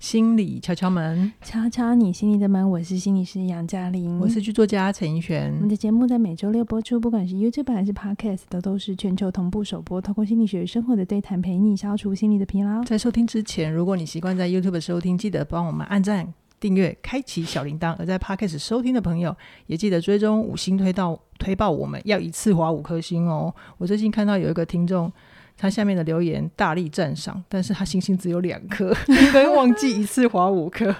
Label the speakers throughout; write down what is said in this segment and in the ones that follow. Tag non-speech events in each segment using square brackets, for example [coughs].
Speaker 1: 心理敲敲门，
Speaker 2: 敲敲你心里的门，我是心理师杨嘉玲，
Speaker 1: 我是剧作家陈怡璇
Speaker 2: 嗯我。们的节目在每周六播出，不管是 YouTube 还是 Podcast，都都是全球同步首播。透过心理学与生活的对谈，陪你消除心理的疲劳。
Speaker 1: 在收听之前，如果你习惯在 YouTube 收听，记得帮我们按赞、订阅、开启小铃铛；而在 Podcast 收听的朋友，也记得追踪五星推到推爆我们，要一次划五颗星哦。我最近看到有一个听众。他下面的留言大力赞赏，但是他星星只有两
Speaker 2: [laughs]
Speaker 1: 颗，因为忘记一次划五颗。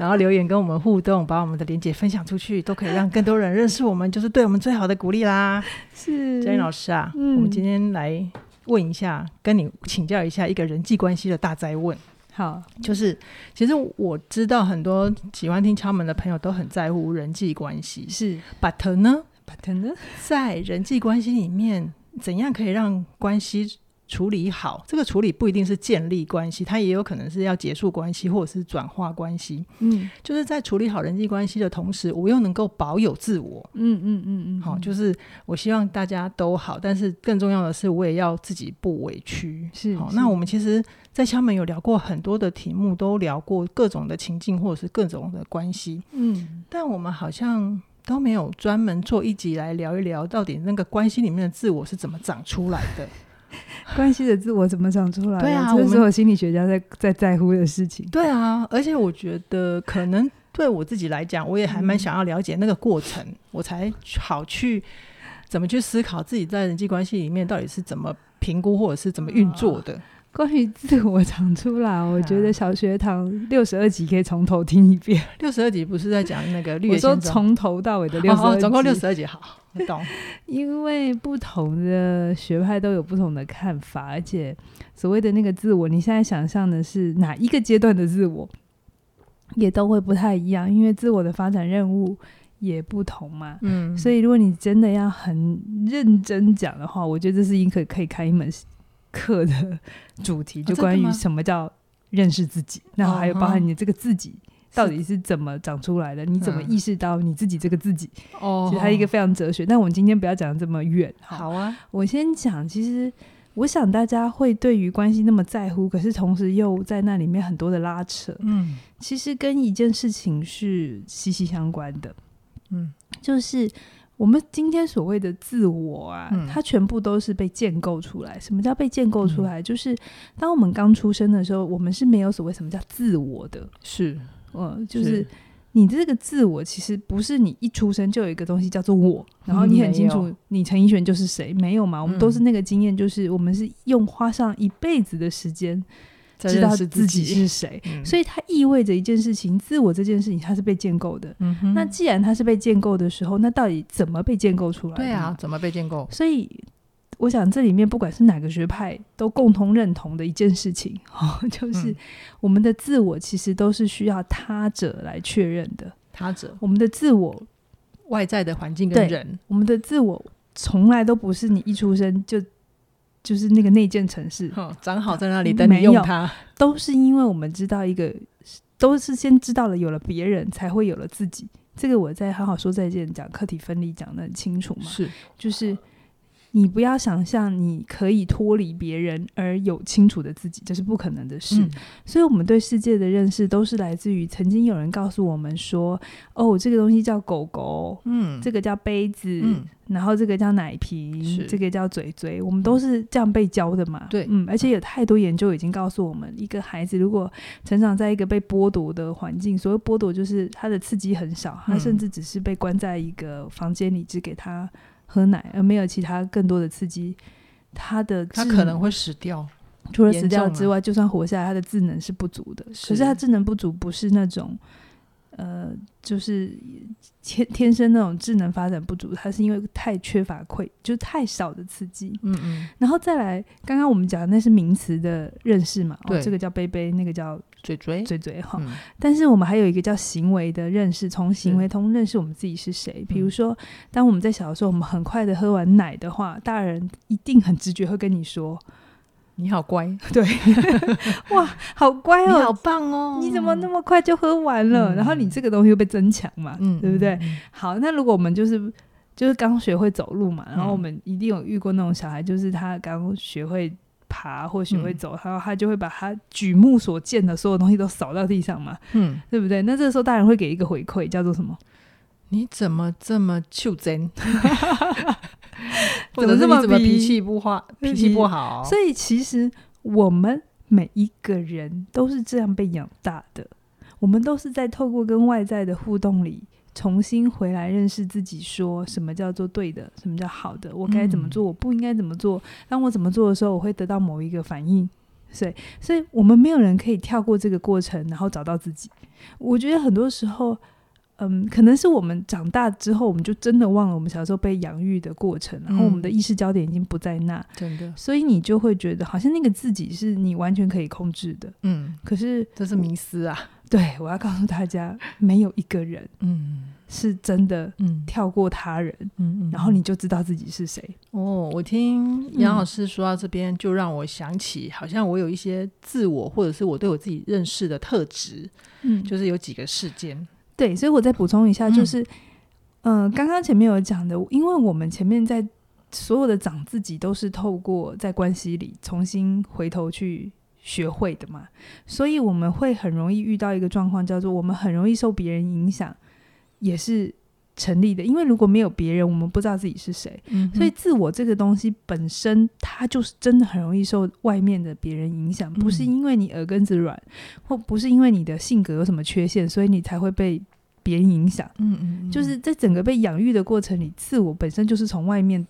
Speaker 1: 然后留言跟我们互动，把我们的链接分享出去，都可以让更多人认识我们，就是对我们最好的鼓励啦。
Speaker 2: 是
Speaker 1: 嘉玲老师啊，
Speaker 2: 嗯
Speaker 1: 我们今天来问一下，跟你请教一下一个人际关系的大灾问，
Speaker 2: 好，
Speaker 1: 嗯就是其实我知道很多喜欢听敲门的朋友都很在乎人际关系
Speaker 2: 是
Speaker 1: ，but 呢，
Speaker 2: but 呢？
Speaker 1: 在人际关系里面，怎样可以让关系处理好？这个处理不一定是建立关系，它也有可能是要结束关系，或者是转化关系。
Speaker 2: 嗯
Speaker 1: 就是在处理好人际关系的同时，我又能够保有自我，
Speaker 2: 嗯嗯嗯嗯，
Speaker 1: 好、就是我希望大家都好，但是更重要的是，我也要自己不委屈。
Speaker 2: 是
Speaker 1: 好、
Speaker 2: 是
Speaker 1: 那我们其实，在敲门有聊过很多的题目，都聊过各种的情境或者是各种的关系，
Speaker 2: 嗯
Speaker 1: 但我们好像都没有专门做一集来聊一聊，到底那个关系里面的自我是怎么长出来的。
Speaker 2: 关系的自我怎么长出来的？
Speaker 1: 对啊
Speaker 2: 这
Speaker 1: 我
Speaker 2: 是
Speaker 1: 们
Speaker 2: 所有心理学家在在在乎的事情。
Speaker 1: 对啊，而且我觉得可能对我自己来讲，我也还蛮
Speaker 2: 嗯
Speaker 1: 想要了解那个过程，我才好去怎么去思考自己在人际关系里面到底是怎么评估或者是怎么运作 [laughs] 的。
Speaker 2: 关于自我长出来，我觉
Speaker 1: 啊
Speaker 2: 得小学堂六十二集可以从头听一
Speaker 1: [laughs]
Speaker 2: 遍。
Speaker 1: 六十二集不是在讲那个绿
Speaker 2: 我
Speaker 1: 野
Speaker 2: 说
Speaker 1: 仙踪？
Speaker 2: 从头到尾的六
Speaker 1: 哦
Speaker 2: 十
Speaker 1: 哦，
Speaker 2: 二，
Speaker 1: 总共六十二集，好，我懂。
Speaker 2: 因为不同的学派都有不同的看法，而且所谓的那个自我，你现在想象的是哪一个阶段的自我，也都会不太一样，因为自我的发展任务也不同嘛。
Speaker 1: [laughs] 嗯
Speaker 2: 所
Speaker 1: 以
Speaker 2: 以，如果你真的要很认真讲的话，我觉得这是一个可以开一门课
Speaker 1: 哦
Speaker 2: 的 [laughs] 主题，就
Speaker 1: 真的
Speaker 2: 关于
Speaker 1: 吗
Speaker 2: 什么叫认识自己，然后还有包含你这个自己到底是怎么长出来的，你怎么
Speaker 1: 嗯
Speaker 2: 意识到你自己这个自己。
Speaker 1: 哦
Speaker 2: 其实它一个非常哲学。但我们今天不要讲得这么远。
Speaker 1: 好啊，
Speaker 2: 我先讲，其实我想大家会对于关系那么在乎，可是同时又在那里面很多的拉扯，
Speaker 1: 嗯
Speaker 2: 其实跟一件事情是息息相关的，
Speaker 1: 嗯
Speaker 2: 就是。我们今天所谓的自我啊，
Speaker 1: 嗯
Speaker 2: 它全部都是被建构出来。什么叫被建构出来？就是当我们刚出生的时候，我们是没有所谓什么叫自我的。
Speaker 1: 是，
Speaker 2: 嗯，就是你这个自我其实不是你一出生就有一个东西叫做我，然后你很清
Speaker 1: 嗯没
Speaker 2: 楚你陈奕迅就是谁，没有嘛？我们
Speaker 1: 嗯
Speaker 2: 都是那个经验，就是我们是用花上一辈子的时间
Speaker 1: 在
Speaker 2: 知道
Speaker 1: 认识
Speaker 2: 自己
Speaker 1: 己，
Speaker 2: 是谁，
Speaker 1: 嗯
Speaker 2: 所以它意味着一件事情，自我这件事情它是被建构的。
Speaker 1: 嗯哼
Speaker 2: 那既然它是被建构的时候，那到底怎么被建构出来的？
Speaker 1: 对啊，，怎么被建构？
Speaker 2: 所以。我想这里面不管是哪个学派，都共同认同的一件事情， [laughs] 哦，就是
Speaker 1: 嗯
Speaker 2: 我们的自我其实都是需要他者来确认的。
Speaker 1: 他者
Speaker 2: 我们的自我，
Speaker 1: 外在的环境
Speaker 2: 对
Speaker 1: 跟人，
Speaker 2: 我们的自我从来都不是你一出生就就是那个内建城市，
Speaker 1: 哼长好在那
Speaker 2: 嗯
Speaker 1: 里等你
Speaker 2: 没
Speaker 1: 用
Speaker 2: 有
Speaker 1: 它。
Speaker 2: 都是因为我们知道一个，都是先知道了有了别人，才会有了自己。这个我在好好说再见讲课题分离讲的很清楚嘛，
Speaker 1: 是，
Speaker 2: 就是你不要想象你可以脱离别人而有清楚的自己，这是不可能的事。
Speaker 1: 嗯
Speaker 2: 所以，我们对世界的认识都是来自于曾经有人告诉我们说：“哦，这个东西叫狗狗，
Speaker 1: 嗯，
Speaker 2: 这个叫杯子，
Speaker 1: 嗯
Speaker 2: 然后这个叫奶瓶
Speaker 1: 是，
Speaker 2: 这个叫嘴嘴，我们都是这样被教的嘛。
Speaker 1: 对
Speaker 2: 嗯，而且有太多研究已经告诉我们，一个孩子如果成长在一个被剥夺的环境，所谓剥夺就是他的刺激很少，他
Speaker 1: 嗯
Speaker 2: 甚至只是被关在一个房间里，只给他喝奶，而没有其他更多的刺激。他的
Speaker 1: 它
Speaker 2: 智
Speaker 1: 可能会死掉。
Speaker 2: 除了
Speaker 1: 严
Speaker 2: 死掉
Speaker 1: 重
Speaker 2: 之
Speaker 1: 啊
Speaker 2: 外，就算活下来，他的智能是不足的。可
Speaker 1: 是
Speaker 2: 是他智能不足不是那种，呃，就是天天生那种智能发展不足，他是因为太缺乏馈，就太少的刺激。
Speaker 1: 嗯嗯，
Speaker 2: 然后再来，刚刚我们讲的那是名词的认识嘛，哦
Speaker 1: 对，
Speaker 2: 这个叫杯杯，那个叫
Speaker 1: 嘴嘴，
Speaker 2: 嘴嘴哈。
Speaker 1: 嗯
Speaker 2: 但是我们还有一个叫行为的认识，从行为通认识我们自己是谁。比
Speaker 1: 嗯
Speaker 2: 如说，当我们在小的时候，我们很快的喝完奶的话，大人一定很直觉会跟你说，
Speaker 1: 你好乖，
Speaker 2: 对，哇，好乖
Speaker 1: 你好
Speaker 2: 哦！
Speaker 1: 哎棒哦，
Speaker 2: 你怎么那么快就喝完了？
Speaker 1: 嗯
Speaker 2: 然后你这个东西会被增强嘛，
Speaker 1: 嗯，
Speaker 2: 对不对？
Speaker 1: 嗯？
Speaker 2: 好，那如果我们就是就是刚学会走路嘛，然后
Speaker 1: 嗯
Speaker 2: 我们一定有遇过那种小孩，就是他刚学会爬或学会
Speaker 1: 嗯
Speaker 2: 走，然后他就会把他举目所见的所有东西都扫到地上嘛，
Speaker 1: 嗯，
Speaker 2: 对不对？那这个时候大人会给一个回馈，叫做什么？
Speaker 1: 你怎么这么就
Speaker 2: [laughs]
Speaker 1: 真？
Speaker 2: 怎么这么
Speaker 1: 或者是你怎么
Speaker 2: 逼
Speaker 1: 脾气不好？脾气不好？
Speaker 2: 所以其实我们每一个人都是这样被养大的，我们都是在透过跟外在的互动里。重新回来认识自己，说什么叫做对的，什么叫好的，我该怎么做，我不应该怎么做。当我怎么做的时候，我会得到某一个反应。所以，所以我们没有人可以跳过这个过程，然后找到自己。我觉得很多时候，嗯，可能是我们长大之后，我们就真的忘了我们小时候被养育的过程，然后我们的意识焦点已经不在那。
Speaker 1: 真的，
Speaker 2: 所以你就会觉得好像那个自己是你完全可以控制的。
Speaker 1: 嗯，
Speaker 2: 可是，
Speaker 1: 这是迷思啊，
Speaker 2: 对我要告诉大家，没有一个人
Speaker 1: 嗯
Speaker 2: 是真的
Speaker 1: 嗯
Speaker 2: 跳过他人，
Speaker 1: 嗯
Speaker 2: 然后你就嗯知道自己是谁。
Speaker 1: 哦，我听杨老师说到这边，就让我想起，好像我有一些自我，或者是我对我自己认识的特质，
Speaker 2: 嗯
Speaker 1: 就是有几个事件，
Speaker 2: 对，所以我再补充一下，
Speaker 1: 嗯
Speaker 2: 就是，嗯、刚刚前面有讲的，因为我们前面在所有的长自己都是透过在关系里重新回头去学会的嘛，所以我们会很容易遇到一个状况，叫做我们很容易受别人影响，也是成立的，因为如果没有别人，我们不知道自己是谁，
Speaker 1: 嗯
Speaker 2: 所以自我这个东西本身，它就是真的很容易受外面的别人影响，不是因为你耳根子软，或不是因为你的性格有什么缺陷，所以你才会被别人影响。
Speaker 1: 嗯嗯，
Speaker 2: 就是在整个被养育的过程里，自我本身就是从外面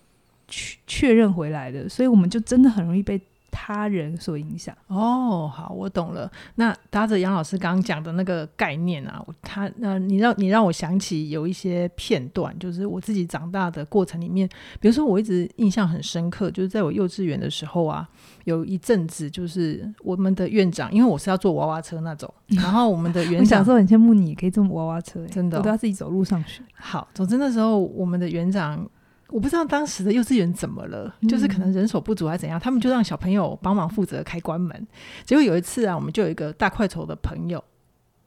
Speaker 2: 确确认回来的，所以我们就真的很容易被他人所影响。
Speaker 1: 哦，好，我懂了。那搭着杨老师刚刚讲的那个概念啊，我他那你让你让我想起有一些片段，就是我自己长大的过程里面，比如说我一直印象很深刻，就是在我幼稚园的时候啊，有一阵子就是我们的院长，因为我是要坐娃娃车那种，然后我们的
Speaker 2: 我
Speaker 1: 园
Speaker 2: 小
Speaker 1: 长
Speaker 2: 时候很羡慕你可以这么娃娃车、欸，
Speaker 1: 真的哦
Speaker 2: 我都要自己走路上学。
Speaker 1: 好，总之那时候我们的园长，我不知道当时的幼稚园怎么了，
Speaker 2: 嗯
Speaker 1: 就是可能人手不足还是怎样，他们就让小朋友帮忙负责开关门。结果有一次啊，我们就有一个大块头的朋友，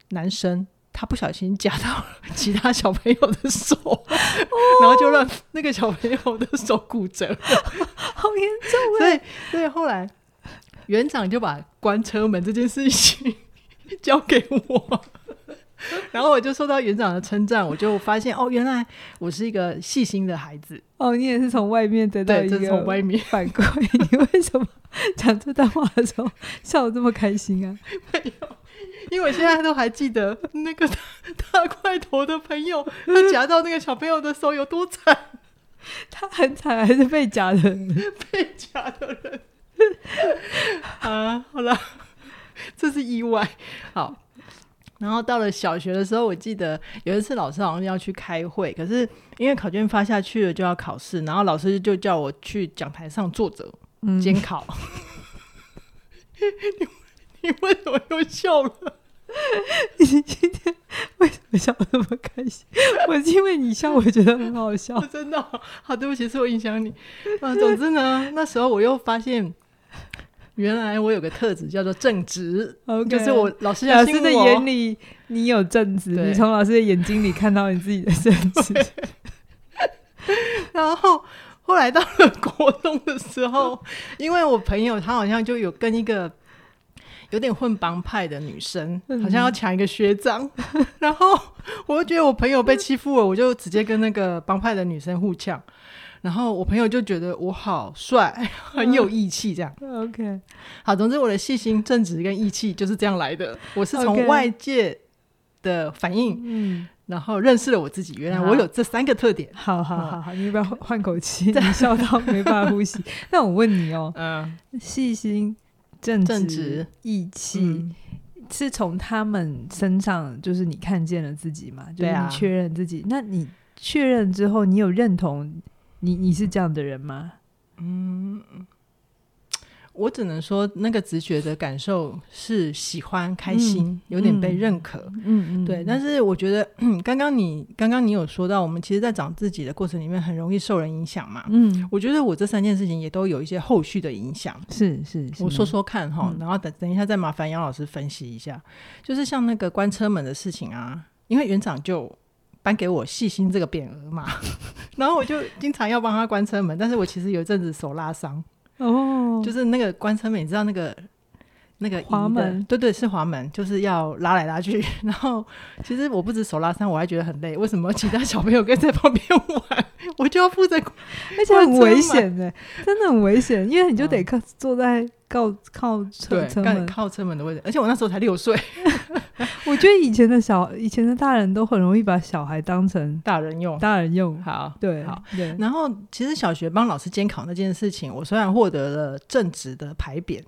Speaker 1: 男生。他不小心夹到了其他小朋友的手， [laughs] 然后就让那个小朋友的手骨折。
Speaker 2: [laughs] 好严重啊 [laughs]
Speaker 1: 所以，所以后来园长就把关车门这件事情 [laughs] 交给我， [laughs] 然后我就受到园长的称赞，我就发现哦，原来我是一个细心的孩子。
Speaker 2: 哦！你也是从外面得到
Speaker 1: 对，
Speaker 2: 一
Speaker 1: 这是
Speaker 2: 个
Speaker 1: 从外面， [laughs]
Speaker 2: 反馈， [laughs] 你为什么讲这段话的时候笑得这么开心啊？
Speaker 1: 因为我现在都还记得那个大大块头的朋友，他夹到那个小朋友的手有多惨，
Speaker 2: 他很惨，还是被夹的？
Speaker 1: 被夹的人 [laughs] 啊，好了， [laughs] 这是意外，好。然后到了小学的时候，我记得有一次老师好像要去开会，可是因为考卷发下去了就要考试，然后老师就叫我去讲台上坐着
Speaker 2: 嗯
Speaker 1: 监考。 [laughs] 你你为什么又笑了？
Speaker 2: 你今天为什么笑得这么开心？我是因为你笑，我觉得很好笑
Speaker 1: 哦，。真的哦、好，对不起，是我影响你。啊，总之呢，那时候我又发现，原来我有个特质叫做正直
Speaker 2: OK，
Speaker 1: 就是我老师
Speaker 2: 老
Speaker 1: 相
Speaker 2: 师
Speaker 1: 信
Speaker 2: 的
Speaker 1: 我
Speaker 2: 眼里，你有正直，
Speaker 1: 对
Speaker 2: 你从老师的眼睛里看到你自己的
Speaker 1: [laughs]
Speaker 2: 正直。
Speaker 1: 然后后来到了国中的时候，因为我朋友她好像就有跟一个有点混帮派的女生，
Speaker 2: 嗯
Speaker 1: 好像要抢一个
Speaker 2: [laughs]
Speaker 1: 学长，然后我就觉得我朋友被欺负了，我就直接跟那个帮派的女生互呛。然后我朋友就觉得我好帅，很
Speaker 2: 嗯
Speaker 1: 有义气，这样。 [laughs]
Speaker 2: OK，
Speaker 1: 好，总之我的细心、正直跟义气就是这样来的。我是从
Speaker 2: OK
Speaker 1: 外界的反应
Speaker 2: 嗯，
Speaker 1: 然后认识了我自己，原来
Speaker 2: 啊
Speaker 1: 我有这三个特点。
Speaker 2: 好好好好，你要不要换换口
Speaker 1: [laughs]
Speaker 2: 气？你笑到没办法呼吸。那我问你哦，
Speaker 1: 嗯，
Speaker 2: 细心、正
Speaker 1: 正直嗯
Speaker 2: 义气。是从他们身上，就是你看见了自己嘛，就
Speaker 1: 对
Speaker 2: 是
Speaker 1: 啊
Speaker 2: 你确认自己。那你确认之后，你有认同你你是这样的人吗？
Speaker 1: 我只能说那个直觉的感受是喜欢、开心，有点被认可。
Speaker 2: 嗯
Speaker 1: 对，但是我觉得， [clears throat] 嗯刚刚你刚刚你有说到，我们其实，在长自己的过程里面，很容易受人影响嘛。
Speaker 2: 嗯，
Speaker 1: 我觉得我这三件事情也都有一些后续的影响。
Speaker 2: 是是，是
Speaker 1: 我说说看哈，
Speaker 2: 嗯
Speaker 1: 然后等等一下再麻烦杨老师分析一下，就是像那个关车门的事情啊，因为园长就颁给我细心这 [laughs] 个匾额嘛，然后我就经常要帮他关车门，但是我其实有一阵子手拉伤，
Speaker 2: 哦，
Speaker 1: 就是那个关车门，你知道那个那个移的
Speaker 2: 滑门
Speaker 1: 对对，是滑门，就是要拉来拉去。 [laughs] 然后其实我不止手拉伤，我还觉得很累。为什么其他小朋友可以在旁边玩， [laughs] 我就要负责？
Speaker 2: 而且
Speaker 1: 关
Speaker 2: 很
Speaker 1: 车
Speaker 2: 危
Speaker 1: 门
Speaker 2: 险的、真的很危险，因为你就得
Speaker 1: 嗯
Speaker 2: 靠坐在靠靠车
Speaker 1: 对，
Speaker 2: 车
Speaker 1: 干
Speaker 2: 门。
Speaker 1: 靠车门的位置。而且我那时候才六岁，
Speaker 2: 我觉得以前的小以前的大人都很容易把小孩当成
Speaker 1: 大人用。
Speaker 2: 大人用，
Speaker 1: 好，
Speaker 2: 对，
Speaker 1: 好，
Speaker 2: 对，
Speaker 1: 然后，其实小学帮老师监考那件事情，我虽然获得了正职的牌匾，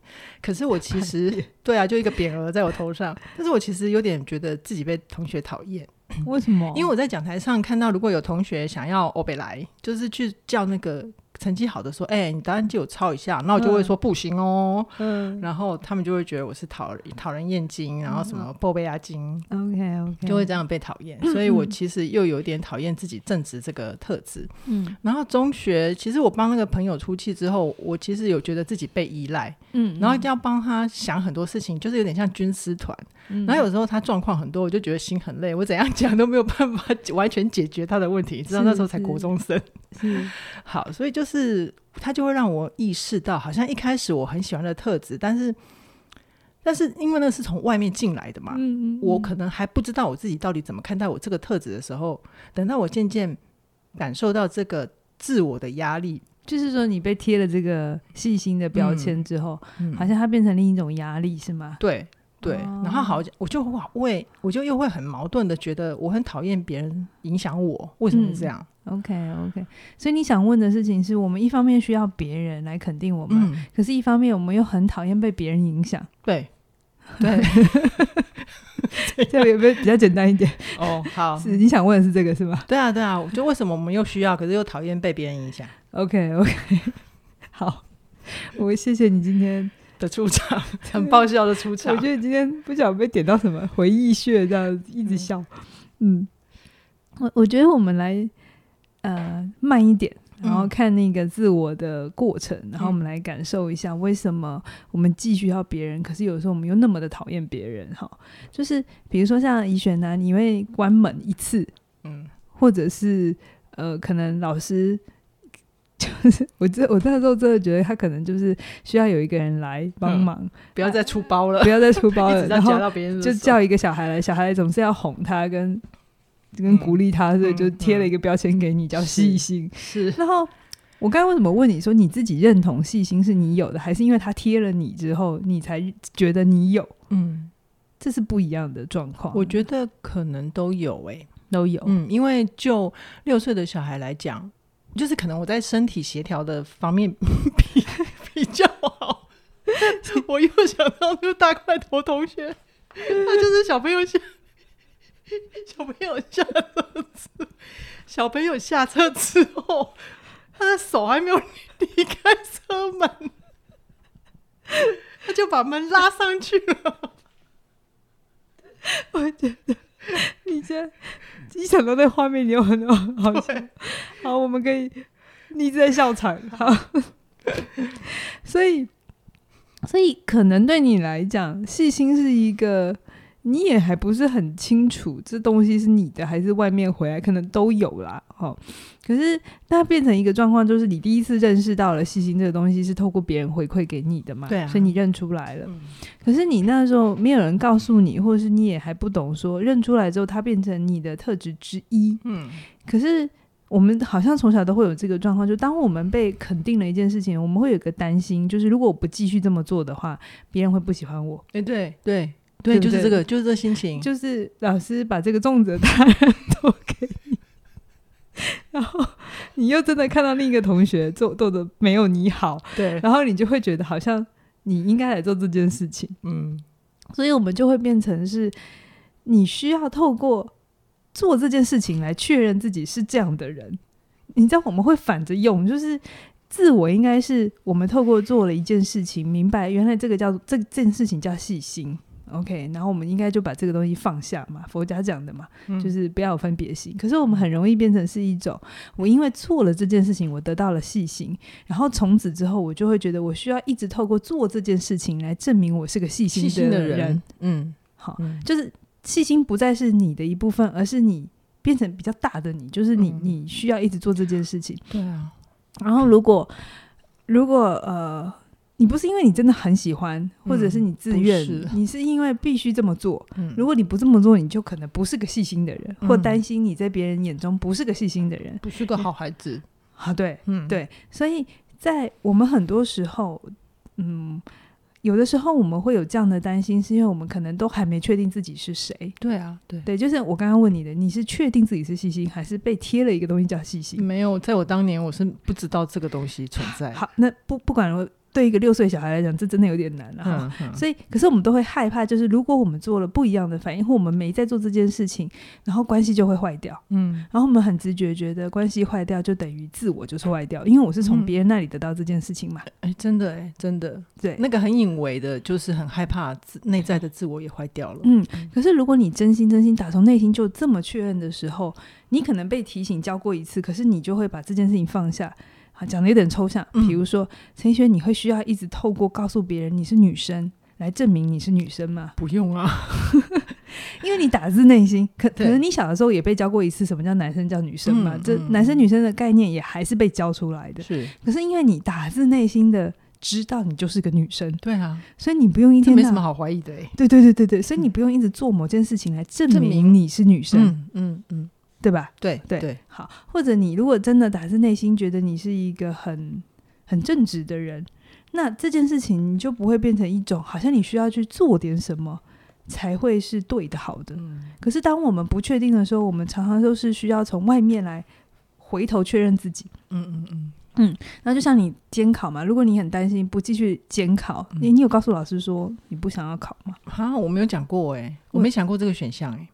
Speaker 1: 可是我其实对啊，就一个匾额在我头上，但是我其实有点觉得自己被同学讨厌，
Speaker 2: 为什么？
Speaker 1: 因为我在讲台上看到，如果有同学想要欧北来，就是去叫那个成绩好的说，哎、你答案借我抄一下，那我就会说不行哦，
Speaker 2: 嗯
Speaker 1: 然后他们就会觉得我是讨讨人厌精，然后什么波贝亚精。
Speaker 2: ，OK OK，
Speaker 1: 就会这样被讨厌，所以我其实又有点讨厌自己正直这个特质。
Speaker 2: 嗯
Speaker 1: 然后中学，其实我帮那个朋友出气之后，我其实有觉得自己被依赖，
Speaker 2: 嗯，
Speaker 1: 然后要帮他想很多事情，就是有点像军师团。
Speaker 2: 嗯
Speaker 1: 然后有时候他状况很多，我就觉得心很累，我怎样讲都没有办法完全解决他的问题。知道那时候才
Speaker 2: 是
Speaker 1: 国中生，
Speaker 2: 是
Speaker 1: [laughs] 好，所以就是他就会让我意识到，好像一开始我很喜欢的特质，但是但是因为那是从外面进来的嘛，
Speaker 2: 嗯嗯，
Speaker 1: 我
Speaker 2: 嗯
Speaker 1: 可能还不知道我自己到底怎么看待我这个特质的时候，等到我渐渐感受到这个自我的压力，
Speaker 2: 就是说你被贴了这个细心的标签之后，
Speaker 1: 嗯
Speaker 2: 好像它变成另一种压力，是吗？
Speaker 1: 对对，
Speaker 2: 哦
Speaker 1: 然后好，我就哇为我就又会很矛盾的觉得我很讨厌别人影响我，为什么
Speaker 2: 嗯
Speaker 1: 会这样？
Speaker 2: OK OK，所以你想问的事情是我们一方面需要别人来肯定我们，
Speaker 1: 嗯，
Speaker 2: 可是一方面我们又很讨厌被别人影
Speaker 1: [laughs]
Speaker 2: 响，
Speaker 1: 对对，
Speaker 2: 这样有没有比较简单一点？
Speaker 1: 哦，好，
Speaker 2: [laughs] 是你想问的是这个是吧
Speaker 1: 对啊对啊，我就为什么我们又需要，可是又讨厌被别人影响
Speaker 2: ？OK OK，好，我谢谢你今天，
Speaker 1: 的出场， [laughs] 很爆笑的出
Speaker 2: [laughs] 我
Speaker 1: 场
Speaker 2: 觉。得你今天不晓得被点到什么回忆穴，这样一直笑。嗯，我我觉得我们来呃慢一点。然后
Speaker 1: 嗯
Speaker 2: 看那个自我的过程，然后我
Speaker 1: 嗯
Speaker 2: 们来感受一下为什么我们既需要别人，可是有时候我们又那么的讨厌别人哈。就是比如说像怡璇呐，你会关门一次，
Speaker 1: 嗯，
Speaker 2: 或者是呃，可能老师就是 [laughs] 我这我那时候真的觉得他可能就是需要有一个人来帮忙，
Speaker 1: 不要再出包了，
Speaker 2: 不要再出包
Speaker 1: 嗯 [laughs] 一
Speaker 2: 了，
Speaker 1: 直在
Speaker 2: 然
Speaker 1: 夹
Speaker 2: 后
Speaker 1: 到别人的
Speaker 2: 就
Speaker 1: 手
Speaker 2: 叫一个小孩来，小孩总是要哄他跟。跟鼓励他，所以就
Speaker 1: 嗯
Speaker 2: 贴了一个标签给你，叫
Speaker 1: 是
Speaker 2: 细心。
Speaker 1: 是
Speaker 2: 然后我刚才为什么问你说你自己认同细心是你有的，还是因为他贴了你之后你才觉得你有？
Speaker 1: 嗯，
Speaker 2: 这是不一样的状况。
Speaker 1: 我觉得可能都有诶、
Speaker 2: 都有，
Speaker 1: 嗯，因为就六岁的小孩来讲，就是可能我在身体协调的方面 [laughs] 比比较好。我又想到那个大块头同学，他就是小朋友下小朋友下车子，小朋友下车之后，他的手还没有离开车门，他就把门拉上去了。
Speaker 2: 我觉得你现在一想到那个画面，你有很多好笑。好，我们可以你一直在笑场。好，所以，所以可能对你来讲，细心是一个。你也还不是很清楚这东西是你的还是外面回来，可能都有啦。哦，可是那变成一个状况，就是你第一次认识到了细心这个东西是透过别人回馈给你的嘛，
Speaker 1: 对啊
Speaker 2: 所以你认出来了。
Speaker 1: 嗯
Speaker 2: 可是你那时候没有人告诉你，或者是你也还不懂说，认出来之后它变成你的特质之一。
Speaker 1: 嗯
Speaker 2: 可是我们好像从小都会有这个状况，就当我们被肯定了一件事情，我们会有个担心，就是如果我不继续这么做的话，别人会不喜欢我。
Speaker 1: 哎、对对
Speaker 2: 对
Speaker 1: 对，
Speaker 2: 不
Speaker 1: 就是
Speaker 2: 对
Speaker 1: 这个，就是这心情，
Speaker 2: 就是老师把这个重责大人都给你，然后你又真的看到另一个同学做做的没有你好，
Speaker 1: 对，
Speaker 2: 然后你就会觉得好像你应该来做这件事情。
Speaker 1: 嗯。
Speaker 2: 所以我们就会变成是，你需要透过做这件事情来确认自己是这样的人。你知道我们会反着用，就是自我应该是我们透过做了一件事情，明白原来这个叫做这这件事情叫细心。OK，然后我们应该就把这个东西放下嘛，佛家讲的嘛，
Speaker 1: 嗯
Speaker 2: 就是不要有分别心。可是我们很容易变成是一种，我因为做了这件事情，我得到了细心，然后从此之后，我就会觉得我需要一直透过做这件事情来证明我是个细
Speaker 1: 细
Speaker 2: 心
Speaker 1: 心的
Speaker 2: 人
Speaker 1: 人，嗯
Speaker 2: 好，
Speaker 1: 嗯
Speaker 2: 就是细心不再是你的一部分，而是你变成比较大的你，就是你，
Speaker 1: 嗯
Speaker 2: 你需要一直做这件事情。
Speaker 1: 对啊，
Speaker 2: 然后如果如果呃，你不是因为你真的很喜欢，或者是你自愿，
Speaker 1: 嗯不是
Speaker 2: 你是因为必须这么做。
Speaker 1: 嗯，
Speaker 2: 如果你不这么做，你就可能不是个细心的人，或
Speaker 1: 嗯
Speaker 2: 担心你在别人眼中不是个细心的人
Speaker 1: 不是个好孩子，
Speaker 2: 啊。对，
Speaker 1: 嗯，
Speaker 2: 对，所以在我们很多时候，嗯，有的时候我们会有这样的担心，是因为我们可能都还没确定自己是谁。
Speaker 1: 对啊，对，
Speaker 2: 对，就是我刚刚问你的，你是确定自己是细心，还是被贴了一个东西叫细心？
Speaker 1: 没有，在我当年我是不知道这个东西存在，
Speaker 2: 好，那不不管我对一个六岁小孩来讲，这真的有点难了、啊。
Speaker 1: 嗯，嗯
Speaker 2: 所以，可是我们都会害怕，就是如果我们做了不一样的反应，或我们没在做这件事情，然后关系就会坏掉。
Speaker 1: 嗯，
Speaker 2: 然后我们很直觉觉得关系坏掉就等于自我就是坏掉，因为我是从
Speaker 1: 嗯
Speaker 2: 别人那里得到这件事情嘛。
Speaker 1: 哎，真的，哎，真的，
Speaker 2: 对，
Speaker 1: 那个很隐微的，就是很害怕自内在的自我也坏掉了，
Speaker 2: 嗯，可是如果你真心真心打从内心就这么确认的时候，你可能被提醒教过一次，可是你就会把这件事情放下。啊，讲的有点抽象，
Speaker 1: 嗯
Speaker 2: 比如说陈奕迅，你会需要一直透过告诉别人你是女生来证明你是女生
Speaker 1: [laughs]
Speaker 2: 吗？
Speaker 1: 不用啊，
Speaker 2: 因为你打自内心，可可
Speaker 1: 对
Speaker 2: 能你小的时候也被教过一次什么叫男生叫女生嘛，
Speaker 1: 嗯
Speaker 2: 这
Speaker 1: 嗯
Speaker 2: 男生女生的概念也还是被教出来的。
Speaker 1: 是
Speaker 2: 可是因为你打自内心的知道你就是个女生，
Speaker 1: 对啊，
Speaker 2: 所以你不用一
Speaker 1: 这
Speaker 2: 天
Speaker 1: 没
Speaker 2: 到
Speaker 1: 什么好怀疑的，哎，
Speaker 2: 对对对对对，所以你不用一直做某件事情来证
Speaker 1: 证
Speaker 2: 明
Speaker 1: 明
Speaker 2: 你是女生，
Speaker 1: 嗯嗯嗯，
Speaker 2: 对吧？
Speaker 1: 对
Speaker 2: 对
Speaker 1: 对，
Speaker 2: 好，或者你如果真的打自内心觉得你是一个很很正直的人，那这件事情你就不会变成一种好像你需要去做点什么才会是对的、好的。
Speaker 1: 嗯，
Speaker 2: 可是当我们不确定的时候，我们常常都是需要从外面来回头确认自己。
Speaker 1: 嗯嗯嗯，
Speaker 2: 那就像你监考嘛，如果你很担心不继续监考，你、
Speaker 1: 嗯
Speaker 2: 你有告诉老师说你不想要考吗？
Speaker 1: 哈，我没有讲过，哎，我
Speaker 2: 我
Speaker 1: 没想过这个选项，哎。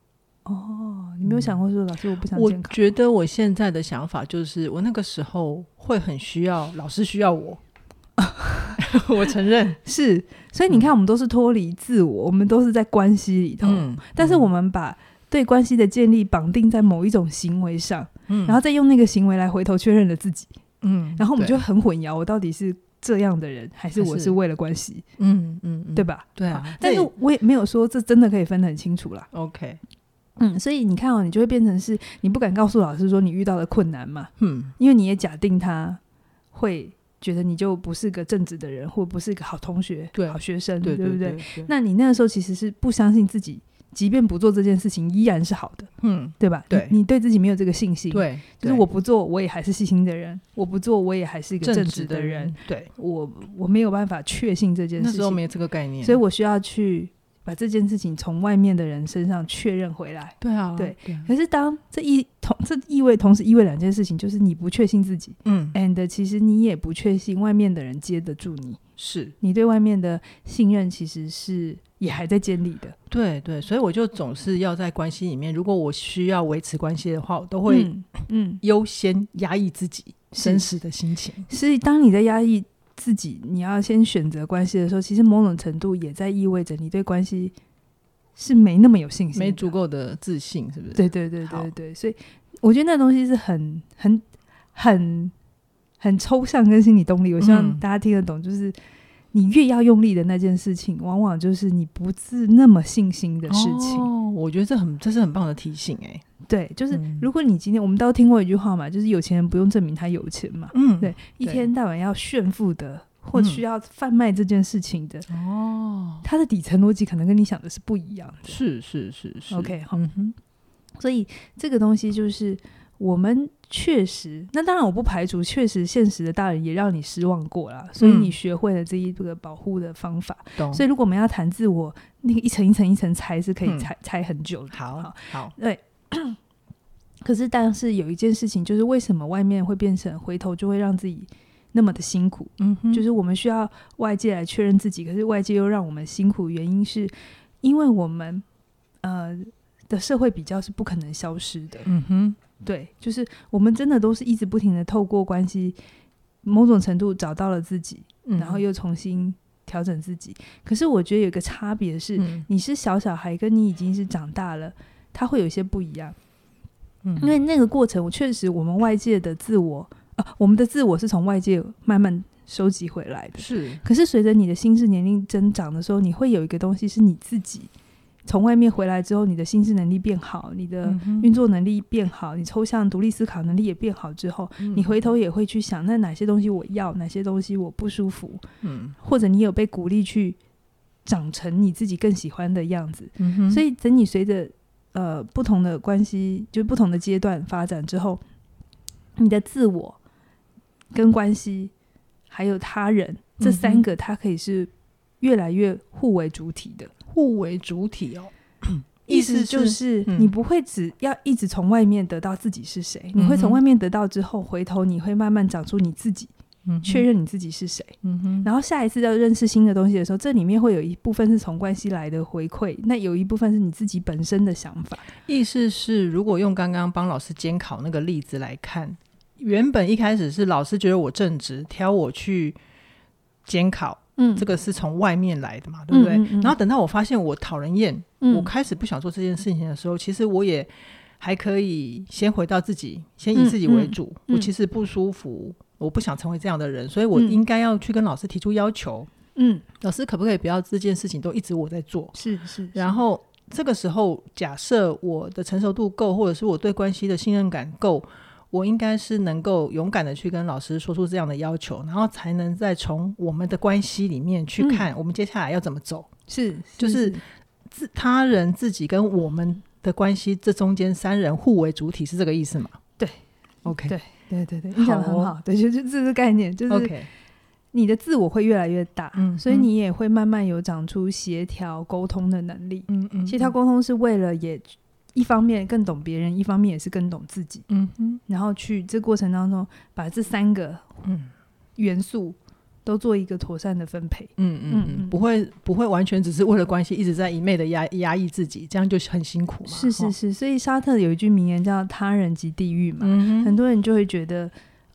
Speaker 2: 哦，你没有想过说老师我不想
Speaker 1: 我
Speaker 2: 监考，
Speaker 1: 觉得我现在的想法就是，我那个时候会很需要老师需要我， [laughs] 我承 [laughs] 认。
Speaker 2: 是，所以你看我们都是脱离自我，我们都是在关系里头，
Speaker 1: 嗯，
Speaker 2: 但是我们把对关系的建立绑定在某一种行为上，
Speaker 1: 嗯，
Speaker 2: 然后再用那个行为来回头确认了自己，
Speaker 1: 嗯，
Speaker 2: 然后我们
Speaker 1: 对
Speaker 2: 就很混淆，我到底是这样的人，还是
Speaker 1: 还
Speaker 2: 我
Speaker 1: 是
Speaker 2: 是为了关系，
Speaker 1: 嗯嗯嗯，
Speaker 2: 对？吧？
Speaker 1: 对
Speaker 2: 好
Speaker 1: 啊，
Speaker 2: 但是
Speaker 1: 这也
Speaker 2: 我也没有说这真的可以分得很清楚啦。
Speaker 1: OK，
Speaker 2: 嗯，所以你看哦，你就会变成是你不敢告诉老师说你遇到的困难嘛，
Speaker 1: 嗯
Speaker 2: 因为你也假定他会觉得你就不是个正直的人，或不是个好同学、
Speaker 1: 对
Speaker 2: 好学生，
Speaker 1: 对
Speaker 2: 不
Speaker 1: 对
Speaker 2: 对？
Speaker 1: 对，
Speaker 2: 那你那个时候其实是不相信自己，即便不做这件事情，依然是好的，
Speaker 1: 嗯
Speaker 2: 对吧？你
Speaker 1: 对
Speaker 2: 你对自己没有这个信心。，
Speaker 1: 对，
Speaker 2: 就是我不做，我也还是细心的人；我不做，我也还是一个
Speaker 1: 正
Speaker 2: 直
Speaker 1: 的
Speaker 2: 人。，
Speaker 1: 对，
Speaker 2: 我我没有办法确信这件
Speaker 1: 那
Speaker 2: 事
Speaker 1: 时候
Speaker 2: 情，
Speaker 1: 没这个概念，
Speaker 2: 所以我需要去把这件事情从外面的人身上确认回来。
Speaker 1: 对啊，
Speaker 2: 对
Speaker 1: 啊，
Speaker 2: 可是当这意同这意味同时意味两件事情，就是你不确信自己
Speaker 1: 嗯，
Speaker 2: ，and 其实你也不确信外面的人接得住你，
Speaker 1: 是
Speaker 2: 你对外面的信任其实是也还在建立的，
Speaker 1: 对对，所以我就总是要在关系里面，如果我需要维持关系的话，我都会
Speaker 2: 嗯。嗯
Speaker 1: 优先压抑自己
Speaker 2: 是
Speaker 1: 真实的心情，
Speaker 2: 是当你在压抑自己，你要先选择关系的时候，其实某种程度也在意味着你对关系是没那么有信心的，
Speaker 1: 没足够的自信，是不是？
Speaker 2: 对对对
Speaker 1: 好
Speaker 2: 对对，所以我觉得那东西是很很很很抽象跟心理动力。我希望
Speaker 1: 嗯
Speaker 2: 大家听得懂，就是你越要用力的那件事情，往往就是你不是那么信心的事情。
Speaker 1: 哦，我觉得这很这是很棒的提醒哎、
Speaker 2: 对，就是
Speaker 1: 嗯
Speaker 2: 如果你今天我们都听过一句话嘛，就是有钱人不用证明他有钱嘛，
Speaker 1: 嗯
Speaker 2: 对，一
Speaker 1: 对
Speaker 2: 天到晚要炫富的或
Speaker 1: 嗯
Speaker 2: 需要贩卖这件事情的，
Speaker 1: 哦，
Speaker 2: 它的底层逻辑可能跟你想的是不一样的。
Speaker 1: 是是是是
Speaker 2: OK，好，
Speaker 1: 嗯哼，
Speaker 2: 所以这个东西就是我们确实，那当然我不排除确实现实的大人也让你失望过啦，所以
Speaker 1: 嗯
Speaker 2: 你学会了这一个保护的方法。
Speaker 1: 懂，
Speaker 2: 所以如果我们要谈自我，那个一层一层一层拆是可以
Speaker 1: 嗯
Speaker 2: 拆、拆很久的。
Speaker 1: 好好，
Speaker 2: 对。可是，但是有一件事情，就是为什么外面会变成回头就会让自己那么的辛苦？
Speaker 1: 嗯哼
Speaker 2: 就是我们需要外界来确认自己，可是外界又让我们辛苦，原因是因为我们呃的社会比较是不可能消失的，
Speaker 1: 嗯哼，
Speaker 2: 对，就是我们真的都是一直不停的透过关系，某种程度找到了自己，
Speaker 1: 嗯
Speaker 2: 然后又重新调整自己。可是我觉得有一个差别是，
Speaker 1: 嗯
Speaker 2: 你是小小孩，跟你已经是长大了，他会有一些不一样，
Speaker 1: 嗯
Speaker 2: 因为那个过程，我确实我们外界的自我啊，我们的自我是从外界慢慢收集回来的。
Speaker 1: 是
Speaker 2: 可是随着你的心智年龄增长的时候，你会有一个东西是你自己从外面回来之后，你的心智能力变好，你
Speaker 1: 呃嗯
Speaker 2: 的运作能力变好，你抽象独立思考能力也变好之后，
Speaker 1: 嗯
Speaker 2: 你回头也会去想，那哪些东西我要，哪些东西我不舒服，
Speaker 1: 嗯
Speaker 2: 或者你有被鼓励去长成你自己更喜欢的样子。
Speaker 1: 嗯哼，
Speaker 2: 所
Speaker 1: 以
Speaker 2: 以等你随着呃不同的关系，就是不同的阶段发展之后，你的自我跟关系还有他人这
Speaker 1: 嗯哼
Speaker 2: 三个，它可以是越来越互为主体的。
Speaker 1: 互为主体哦，
Speaker 2: 意思就
Speaker 1: 就是
Speaker 2: 是，
Speaker 1: 嗯
Speaker 2: 你不会只要一直从外面得到自己是谁，你会从
Speaker 1: 嗯哼
Speaker 2: 外面得到之后，回头你会慢慢长出你自己，确，认你自己是谁。
Speaker 1: 嗯哼，
Speaker 2: 然后下一次要认识新的东西的时候，这里面会有一部分是从关系来的回馈，那有一部分是你自己本身的想法。
Speaker 1: 意思是，如果用刚刚帮老师监考那个例子来看，原本一开始是老师觉得我正直，挑我去监考，
Speaker 2: 嗯
Speaker 1: 这个是从外面来的嘛，对不对？
Speaker 2: 嗯嗯嗯
Speaker 1: 然后等到我发现我讨人厌，
Speaker 2: 嗯
Speaker 1: 我开始不想做这件事情的时候，其实我也还可以先回到自己，先以
Speaker 2: 嗯
Speaker 1: 自己为主。
Speaker 2: 嗯
Speaker 1: 我其实不舒服，我不想成为这样的人，所以我
Speaker 2: 嗯
Speaker 1: 应该要去跟老师提出要求，
Speaker 2: 嗯，
Speaker 1: 老师可不可以不要这件事情都一直我在做？
Speaker 2: 是是，
Speaker 1: 然后这个时候，假设我的成熟度够，或者是我对关系的信任感够，我应该是能够勇敢的去跟老师说出这样的要求，然后才能再从我们的关系里面去看我们接下来要怎么走，
Speaker 2: 是
Speaker 1: 就是自他人、自己跟我们的关系这中间三人互为主体，是这个意思吗？
Speaker 2: 对
Speaker 1: ，OK，
Speaker 2: 对对对对，你讲的
Speaker 1: 好
Speaker 2: 很
Speaker 1: 哦
Speaker 2: 好，对，就是这个概念，就是
Speaker 1: ，OK，
Speaker 2: 你的自我会越来越大，
Speaker 1: 嗯
Speaker 2: 所以你也会慢慢有长出协调沟通的能力。
Speaker 1: 嗯嗯，
Speaker 2: 协调沟通是为了也一方面更懂别人，一方面也是更懂自己，
Speaker 1: 嗯嗯
Speaker 2: 然后去这过程当中把这三个
Speaker 1: 嗯
Speaker 2: 元素都做一个妥善的分配。
Speaker 1: 嗯嗯嗯，不会不会完全只是为了关系一直在一昧的压压抑自己，这样就很辛苦嘛。
Speaker 2: 是
Speaker 1: 吼
Speaker 2: 是是，所以沙特有一句名言叫“他人即地狱”嘛，很
Speaker 1: 嗯哼，
Speaker 2: 多人就会觉得，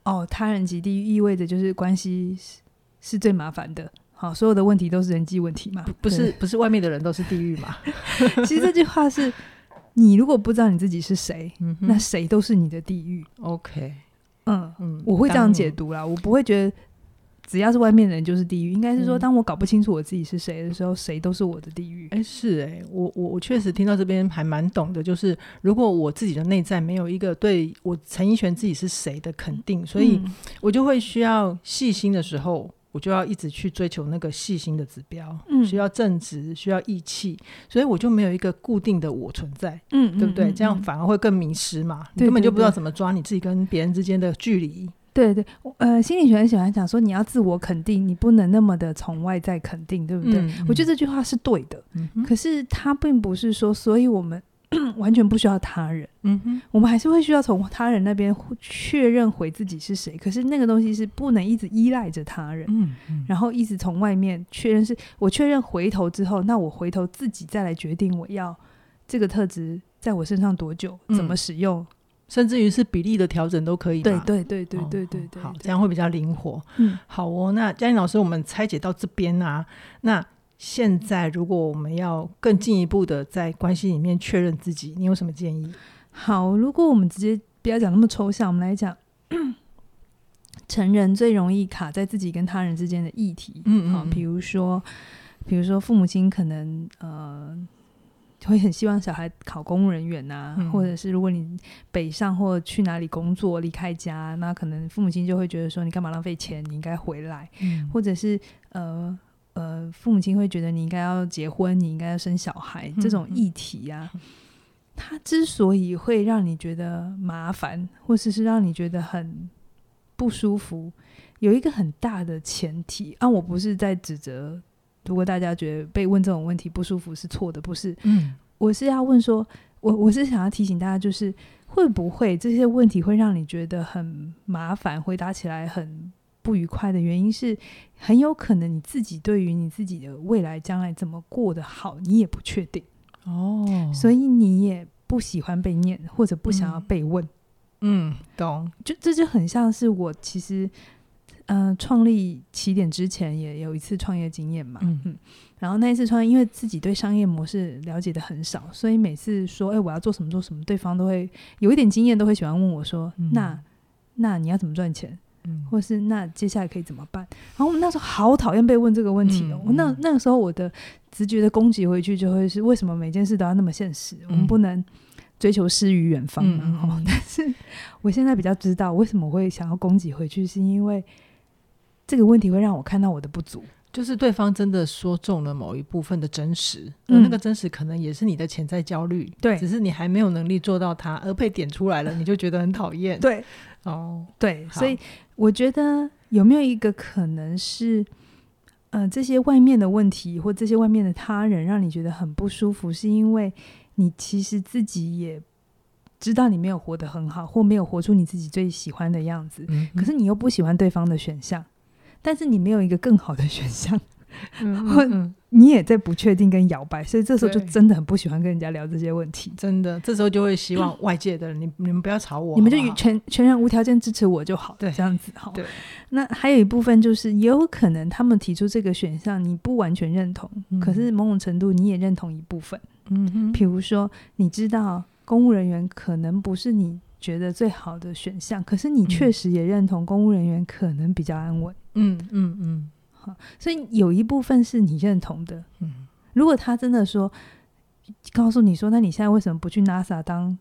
Speaker 2: 哦，他人及地狱意味着就是关系是是最麻烦的。好，所有的问题都是人际问题嘛？
Speaker 1: 不是不是外面的人都是地狱嘛？
Speaker 2: 对，其实这句话是，你如果不知道你自己是谁，
Speaker 1: [laughs] 嗯哼
Speaker 2: 那谁都是你的地狱。
Speaker 1: OK，
Speaker 2: 嗯，
Speaker 1: 嗯，
Speaker 2: 我会这样解
Speaker 1: 当。
Speaker 2: 读啦，我不会觉得只要是外面的人就是地狱，应该是说，
Speaker 1: 嗯
Speaker 2: 当我搞不清楚我自己是谁的时候，谁都是我的地狱。
Speaker 1: 哎，是哎，我我我确实听到这边还蛮懂的，就是如果我自己的内在没有一个对我陈奕迅自己是谁的肯定，所以
Speaker 2: 嗯
Speaker 1: 我就会需要细心的时候，我就要一直去追求那个细心的指标，
Speaker 2: 嗯
Speaker 1: 需要正直，需要义气，所以我就没有一个固定的我存在，
Speaker 2: 嗯，
Speaker 1: 对不对？
Speaker 2: 嗯
Speaker 1: 这样
Speaker 2: 嗯
Speaker 1: 反而会更迷失嘛，你
Speaker 2: 对
Speaker 1: 根本就不知道
Speaker 2: 对对
Speaker 1: 怎么抓你自己跟别人之间的距离。
Speaker 2: 对对，我呃，心理学很喜欢讲说，你要自我肯定，你不能那么的从外在肯定，对不对？
Speaker 1: 嗯
Speaker 2: 我觉得，这句话是对的，
Speaker 1: 嗯哼
Speaker 2: 可是它并不是说，所以我们 [clears throat] 完全不需要他人，
Speaker 1: 嗯哼，
Speaker 2: 我们还是会需要从他人那边确认回自己是谁。可是那个东西是不能一直依赖着他人，
Speaker 1: 嗯嗯
Speaker 2: 然后一直从外面确认是我确认回头之后，那我回头自己再来决定我要这个特质在我身上多久，
Speaker 1: 嗯
Speaker 2: 怎么使用。
Speaker 1: 甚至于是比例的调整都可以嘛。
Speaker 2: 对对对对
Speaker 1: 哦
Speaker 2: 对对对，
Speaker 1: 好，这样会比较灵活。
Speaker 2: 嗯
Speaker 1: 好哦，那嘉玲老师，我们拆解到这边啊，那现在如果我们要更进一步的在关系里面确认自己，你有什么建议？
Speaker 2: 好，如果我们直接不要讲那么抽象，我们来讲 [clears throat] 成人最容易卡在自己跟他人之间的议题。
Speaker 1: 嗯嗯
Speaker 2: 好
Speaker 1: 嗯
Speaker 2: 比如说，比如说父母亲可能呃。会很希望小孩考公务人员呐、
Speaker 1: 嗯
Speaker 2: 或者是如果你北上或去哪里工作离开家，那可能父母亲就会觉得说你干嘛浪费钱，你应该回来，
Speaker 1: 嗯
Speaker 2: 或者是呃呃，父母亲会觉得你应该要结婚，你应该要生小孩
Speaker 1: 嗯
Speaker 2: 这种
Speaker 1: 嗯
Speaker 2: 议题啊，它之所以会让你觉得麻烦，或者是让你觉得很不舒服，有一个很大的前提啊，我不是在指责。如果大家觉得被问这种问题不舒服是错的，不是，
Speaker 1: 嗯
Speaker 2: 我是要问说，我我是想要提醒大家，就是会不会这些问题会让你觉得很麻烦，回答起来很不愉快的原因是，很有可能你自己对于你自己的未来将来怎么过得好，你也不确定，
Speaker 1: 哦，
Speaker 2: 所以你也不喜欢被念或者不想要被问，
Speaker 1: 嗯懂
Speaker 2: 就这就很像是我其实。嗯、创立起点之前也有一次创业经验嘛，
Speaker 1: 嗯
Speaker 2: 然后那一次创业，因为自己对商业模式了解的很少，所以每次说“哎、我要做什么做什么”，对方都会有一点经验，都会喜欢问我说：“
Speaker 1: 嗯
Speaker 2: 那那你要怎么赚钱？
Speaker 1: 嗯
Speaker 2: 或是那接下来可以怎么办？”然后我们那时候好讨厌被问这个问题哦。
Speaker 1: 嗯
Speaker 2: 我那
Speaker 1: 嗯
Speaker 2: 那个时候我的直觉的攻击回去就会是为什么每件事都要那么现实？我们不能追求诗与远方嘛？
Speaker 1: 嗯嗯嗯
Speaker 2: 哦，但是我现在比较知道为什么会想要攻击回去，是因为这个问题会让我看到我的不足。
Speaker 1: 就是对方真的说中了某一部分的真实，
Speaker 2: 嗯
Speaker 1: 而那个真实可能也是你的潜在焦虑，
Speaker 2: 对
Speaker 1: 只是你还没有能力做到它，而被点出来了，你就觉得很讨厌。
Speaker 2: 对
Speaker 1: 哦，
Speaker 2: 对，
Speaker 1: 好
Speaker 2: 所以我觉得有没有一个可能是，呃，这些外面的问题或这些外面的他人让你觉得很不舒服，是因为你其实自己也知道你没有活得很好，或没有活出你自己最喜欢的样子，
Speaker 1: 嗯
Speaker 2: 可是你又不喜欢对方的选项，但是你没有一个更好的选项，
Speaker 1: 嗯
Speaker 2: 我
Speaker 1: 嗯嗯
Speaker 2: 你也在不确定跟摇摆，所以这时候就
Speaker 1: 对
Speaker 2: 真的很不喜欢跟人家聊这些问题。
Speaker 1: 真的，这时候就会
Speaker 2: [coughs]
Speaker 1: 希望外界的人，你你们不要吵我，
Speaker 2: 你们就
Speaker 1: 好不好
Speaker 2: 全全然无条件支持我就好，
Speaker 1: 对
Speaker 2: 这样子哈。
Speaker 1: 对，
Speaker 2: 那还有一部分就是，也有可能他们提出这个选项，你不完全认同，
Speaker 1: 嗯
Speaker 2: 可是某种程度你也认同一部分。
Speaker 1: 嗯哼
Speaker 2: 比如说，你知道公务人员可能不是你觉得最好的选项，可是你确实也认同公务人员可能比较安稳，
Speaker 1: 嗯嗯嗯
Speaker 2: 所以有一部分是你认同的。
Speaker 1: 嗯，
Speaker 2: 如果他真的说，告诉你说，那你现在为什么不去 NASA 当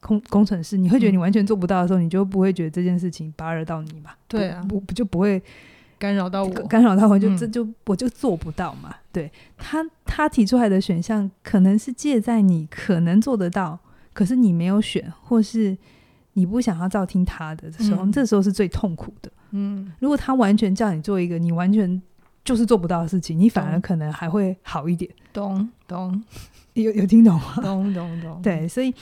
Speaker 2: 工工程师？你会觉得你
Speaker 1: 嗯
Speaker 2: 完全做不到的时候，你就不会觉得这件事情巴惹到你嘛？
Speaker 1: 对啊
Speaker 2: 不不就不会
Speaker 1: 干扰到我，
Speaker 2: 干扰到我，就、
Speaker 1: 嗯
Speaker 2: 这就我就做不到嘛。对他他提出来的选项，可能是借在你可能做得到，可是你没有选，或是你不想要照听他的时候，
Speaker 1: 嗯
Speaker 2: 这时候是最痛苦的。
Speaker 1: 嗯
Speaker 2: 如果他完全叫你做一个你完全就是做不到的事情，你反而
Speaker 1: 懂
Speaker 2: 可能还会好一点。
Speaker 1: 懂
Speaker 2: [laughs]
Speaker 1: 懂
Speaker 2: 有有听懂吗？
Speaker 1: 懂懂懂，
Speaker 2: 对，所以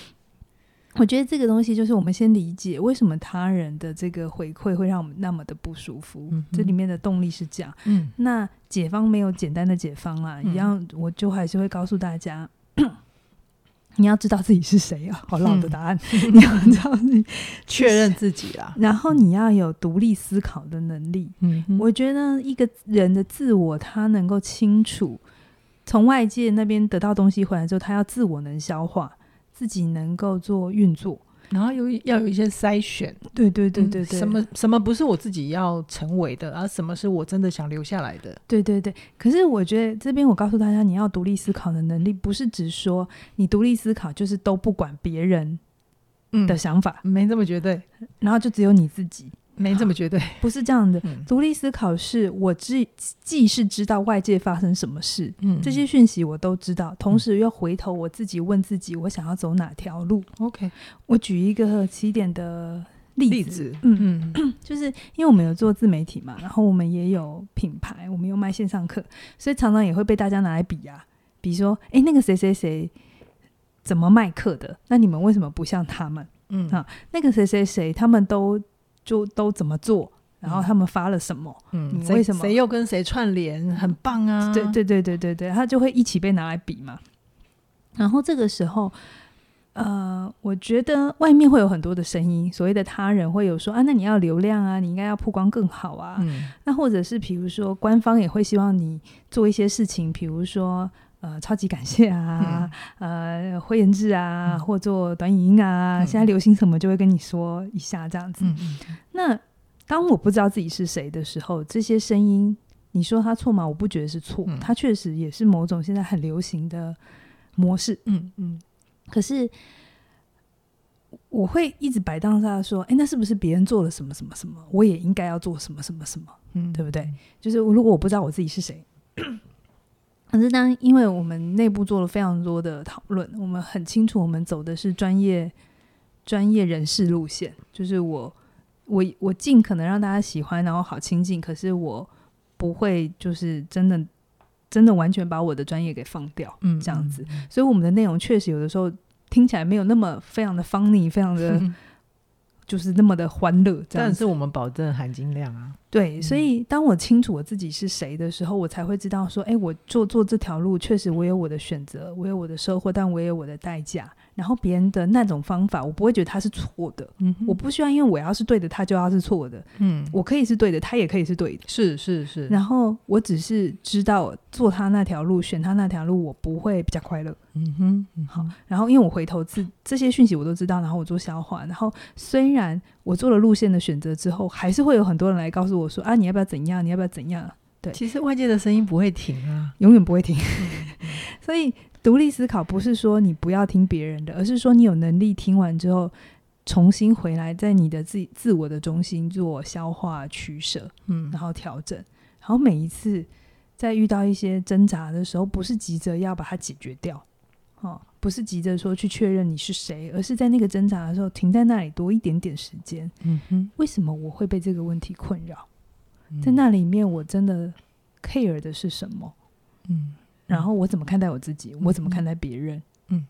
Speaker 2: 我觉得这个东西就是我们先理解为什么他人的这个回馈会让我们那么的不舒服，
Speaker 1: 嗯哼
Speaker 2: 这里面的动力是这样。
Speaker 1: 嗯
Speaker 2: 那解方没有简单的解方啦，
Speaker 1: 嗯
Speaker 2: 一样我就还是会告诉大家。 [coughs] 你要知道自己是谁啊！好老的
Speaker 1: 嗯
Speaker 2: 答
Speaker 1: [laughs]
Speaker 2: 案，你要知道自己，
Speaker 1: 确认自己啦，
Speaker 2: 然后你要有独立思考的能力。
Speaker 1: 嗯哼
Speaker 2: 我觉得一个人的自我，他能够清楚从外界那边得到东西回来之后，他要自我能消化，自己能够做运作。
Speaker 1: 然后有一要有一些筛选，
Speaker 2: 对对对对
Speaker 1: 嗯
Speaker 2: 对，
Speaker 1: 什么什么不是我自己要成为的，而、什么是我真的想留下来的，
Speaker 2: 对对对。可是我觉得这边我告诉大家，你要独立思考的能力，不是只说你独立思考就是都不管别人
Speaker 1: 嗯
Speaker 2: 的想法，
Speaker 1: 没这么绝对，
Speaker 2: 然后就只有你自己，
Speaker 1: 没这么绝对，
Speaker 2: 不是这样的。
Speaker 1: 嗯
Speaker 2: 独立思考是我知既是知道外界发生什么事，
Speaker 1: 嗯
Speaker 2: 这些讯息我都知道，同时又回头我自己问自己，我想要走哪条路。
Speaker 1: OK
Speaker 2: 我举一个起点的例子，
Speaker 1: 例子，
Speaker 2: 嗯，
Speaker 1: 嗯
Speaker 2: 就是因为我们有做自媒体嘛，然后我们也有品牌，我们有卖线上课，所以常常也会被大家拿来比啊，比说，诶，那个谁谁谁怎么卖课的？那你们为什么不像他们？
Speaker 1: 嗯
Speaker 2: 啊那个谁谁谁他们都就都怎么做？然后他们发了什么？
Speaker 1: 嗯
Speaker 2: 你
Speaker 1: 谁
Speaker 2: 为什么
Speaker 1: 谁又跟谁串联，很棒啊，
Speaker 2: 对，对对对对对，他就会一起被拿来比嘛。然后这个时候，呃，我觉得外面会有很多的声音，所谓的他人会有说啊，那你要流量啊，你应该要曝光更好啊。
Speaker 1: 嗯
Speaker 2: 那或者是比如说，官方也会希望你做一些事情，比如说。呃，超级感谢啊，呃，会员制啊，
Speaker 1: 嗯
Speaker 2: 或做短影音啊，
Speaker 1: 嗯
Speaker 2: 现在流行什么就会跟你说一下这样子。
Speaker 1: 嗯嗯
Speaker 2: 那当我不知道自己是谁的时候，这些声音，你说它错吗？我不觉得是错，
Speaker 1: 嗯
Speaker 2: 它确实也是某种现在很流行的模式。
Speaker 1: 嗯嗯
Speaker 2: 可是我会一直摆荡下说，哎诶，那是不是别人做了什么什么什么，我也应该要做什么什么什么？
Speaker 1: 嗯，
Speaker 2: 对不对？就是如果我不知道我自己是谁，可是当因为我们内部做了非常多的讨论，我们很清楚我们走的是专业专业人士路线，就是我我我尽可能让大家喜欢，然后好亲近，可是我不会就是真的真的完全把我的专业给放掉，
Speaker 1: 嗯
Speaker 2: 这样子，
Speaker 1: 嗯
Speaker 2: 所以我们的内容确实有的时候听起来没有那么非常的 funny，非常
Speaker 1: 嗯 [laughs]
Speaker 2: 的就是那么的欢乐，这样
Speaker 1: 但
Speaker 2: 子
Speaker 1: 是我们保证含金量啊，
Speaker 2: 对，
Speaker 1: 嗯
Speaker 2: 所以当我清楚我自己是谁的时候，我才会知道说，哎，我做做这条路，确实我有我的选择，我有我的收获，但我也有我的代价。然后别人的那种方法，我不会觉得他是错的，
Speaker 1: 嗯
Speaker 2: 我不需要，因为我要是对的，他就要是错的，
Speaker 1: 嗯，
Speaker 2: 我可以是对的，他也可以是对的。
Speaker 1: 是是是，
Speaker 2: 然后我只是知道做他那条路，选他那条路，我不会比较快乐。
Speaker 1: 嗯哼，嗯哼
Speaker 2: 好，然后因为我回头自这些讯息我都知道，然后我做消化。然后虽然我做了路线的选择之后，还是会有很多人来告诉我说啊，你要不要怎样？你要不要怎样？
Speaker 1: 其实外界的声音不会停啊，
Speaker 2: 永远不会停。
Speaker 1: 嗯
Speaker 2: [laughs] 所以独立思考不是说你不要听别人的，而是说你有能力听完之后，重新回来在你的自自我的中心做消化、取舍，
Speaker 1: 嗯
Speaker 2: 然后调整。然后每一次在遇到一些挣扎的时候，不是急着要把它解决掉，哦，不是急着说去确认你是谁，而是在那个挣扎的时候停在那里多一点点时间。
Speaker 1: 嗯哼，
Speaker 2: 为什么我会被这个问题困扰？
Speaker 1: 嗯
Speaker 2: 在，那里面，我真的 care 的是什么？
Speaker 1: 嗯，
Speaker 2: 然后我怎么看待我自己，我怎么看待别人？
Speaker 1: 嗯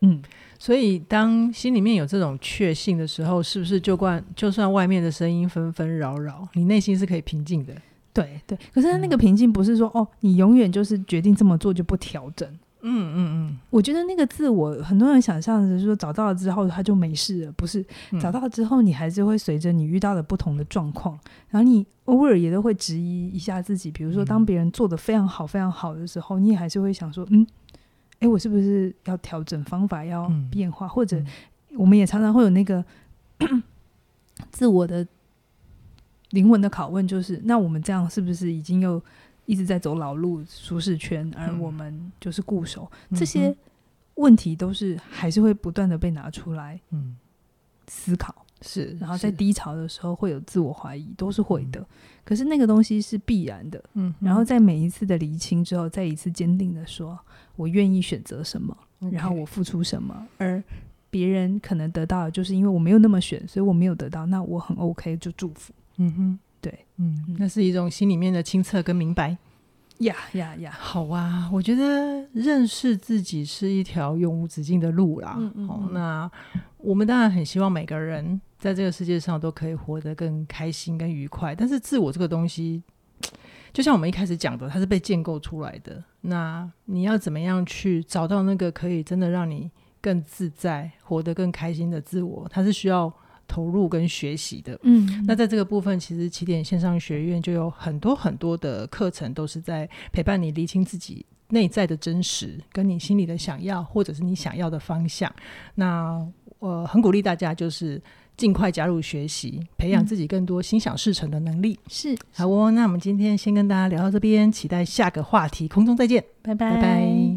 Speaker 2: 嗯，
Speaker 1: 所以当心里面有这种确信的时候，是不是就算就算外面的声音纷纷扰扰，你内心是可以平静的？
Speaker 2: 对对。可是他
Speaker 1: 嗯
Speaker 2: 那个平静不是说、哦，你永远就是决定这么做就不调整。
Speaker 1: 嗯嗯
Speaker 2: 我觉得那个自我，很多人想象的是说找到了之后他就没事了，不是？
Speaker 1: 嗯
Speaker 2: 找到了之后，你还是会随着你遇到的不同的状况，然后你偶尔也都会质疑一下自己。比如说，当
Speaker 1: 嗯
Speaker 2: 别人做的非常好、非常好的时候，你也还是会想说，嗯，诶，我是不是要调整方法，要
Speaker 1: 嗯
Speaker 2: 变化？或者
Speaker 1: 嗯
Speaker 2: 我们也常常会有那个 [clears throat] 自我的灵魂的拷问，就是那我们这样是不是已经又一直在走老路、舒适圈，而
Speaker 1: 嗯
Speaker 2: 我们就是固守？
Speaker 1: 嗯
Speaker 2: 这些
Speaker 1: 哼
Speaker 2: 问题都是还是会不断的被拿出来
Speaker 1: 嗯，
Speaker 2: 思考。
Speaker 1: 是，
Speaker 2: 然后在
Speaker 1: 是，
Speaker 2: 低潮的时候会有自我怀疑，都是会的。可是那个东西是必然的。
Speaker 1: 嗯哼，
Speaker 2: 然后在每一次的厘清之后，再一次坚定的说，我愿意选择什么，然后
Speaker 1: OK
Speaker 2: 我付出什么，而别人可能得到的就是因为我没有那么选，所以我没有得到，那我很 OK 就祝福。
Speaker 1: 嗯哼，
Speaker 2: 对，
Speaker 1: 嗯
Speaker 2: 嗯，
Speaker 1: 那是一种心里面的清澈跟明白。
Speaker 2: 呀呀呀！
Speaker 1: 好啊，我觉得认识自己是一条永无止境的路啦。
Speaker 2: 嗯嗯
Speaker 1: 哦
Speaker 2: 嗯，
Speaker 1: 那我们当然很希望每个人在这个世界上都可以活得更开心、更愉快。但是自我这个东西，就像我们一开始讲的，它是被建构出来的。那你要怎么样去找到那个可以真的让你更自在、活得更开心的自我？它是需要投入跟学习的。
Speaker 2: 嗯
Speaker 1: 那在这个部分，其实起点线上学院就有很多很多的课程，都是在陪伴你厘清自己内在的真实，跟你心里的想要，或者是你想要的方向。那呃，很鼓励大家就是尽快加入学习，培养
Speaker 2: 嗯
Speaker 1: 自己更多心想事成的能力。
Speaker 2: 是，
Speaker 1: 好哦，那我们今天先跟大家聊到这边，期待下个话题空中再见，
Speaker 2: 拜
Speaker 1: 拜拜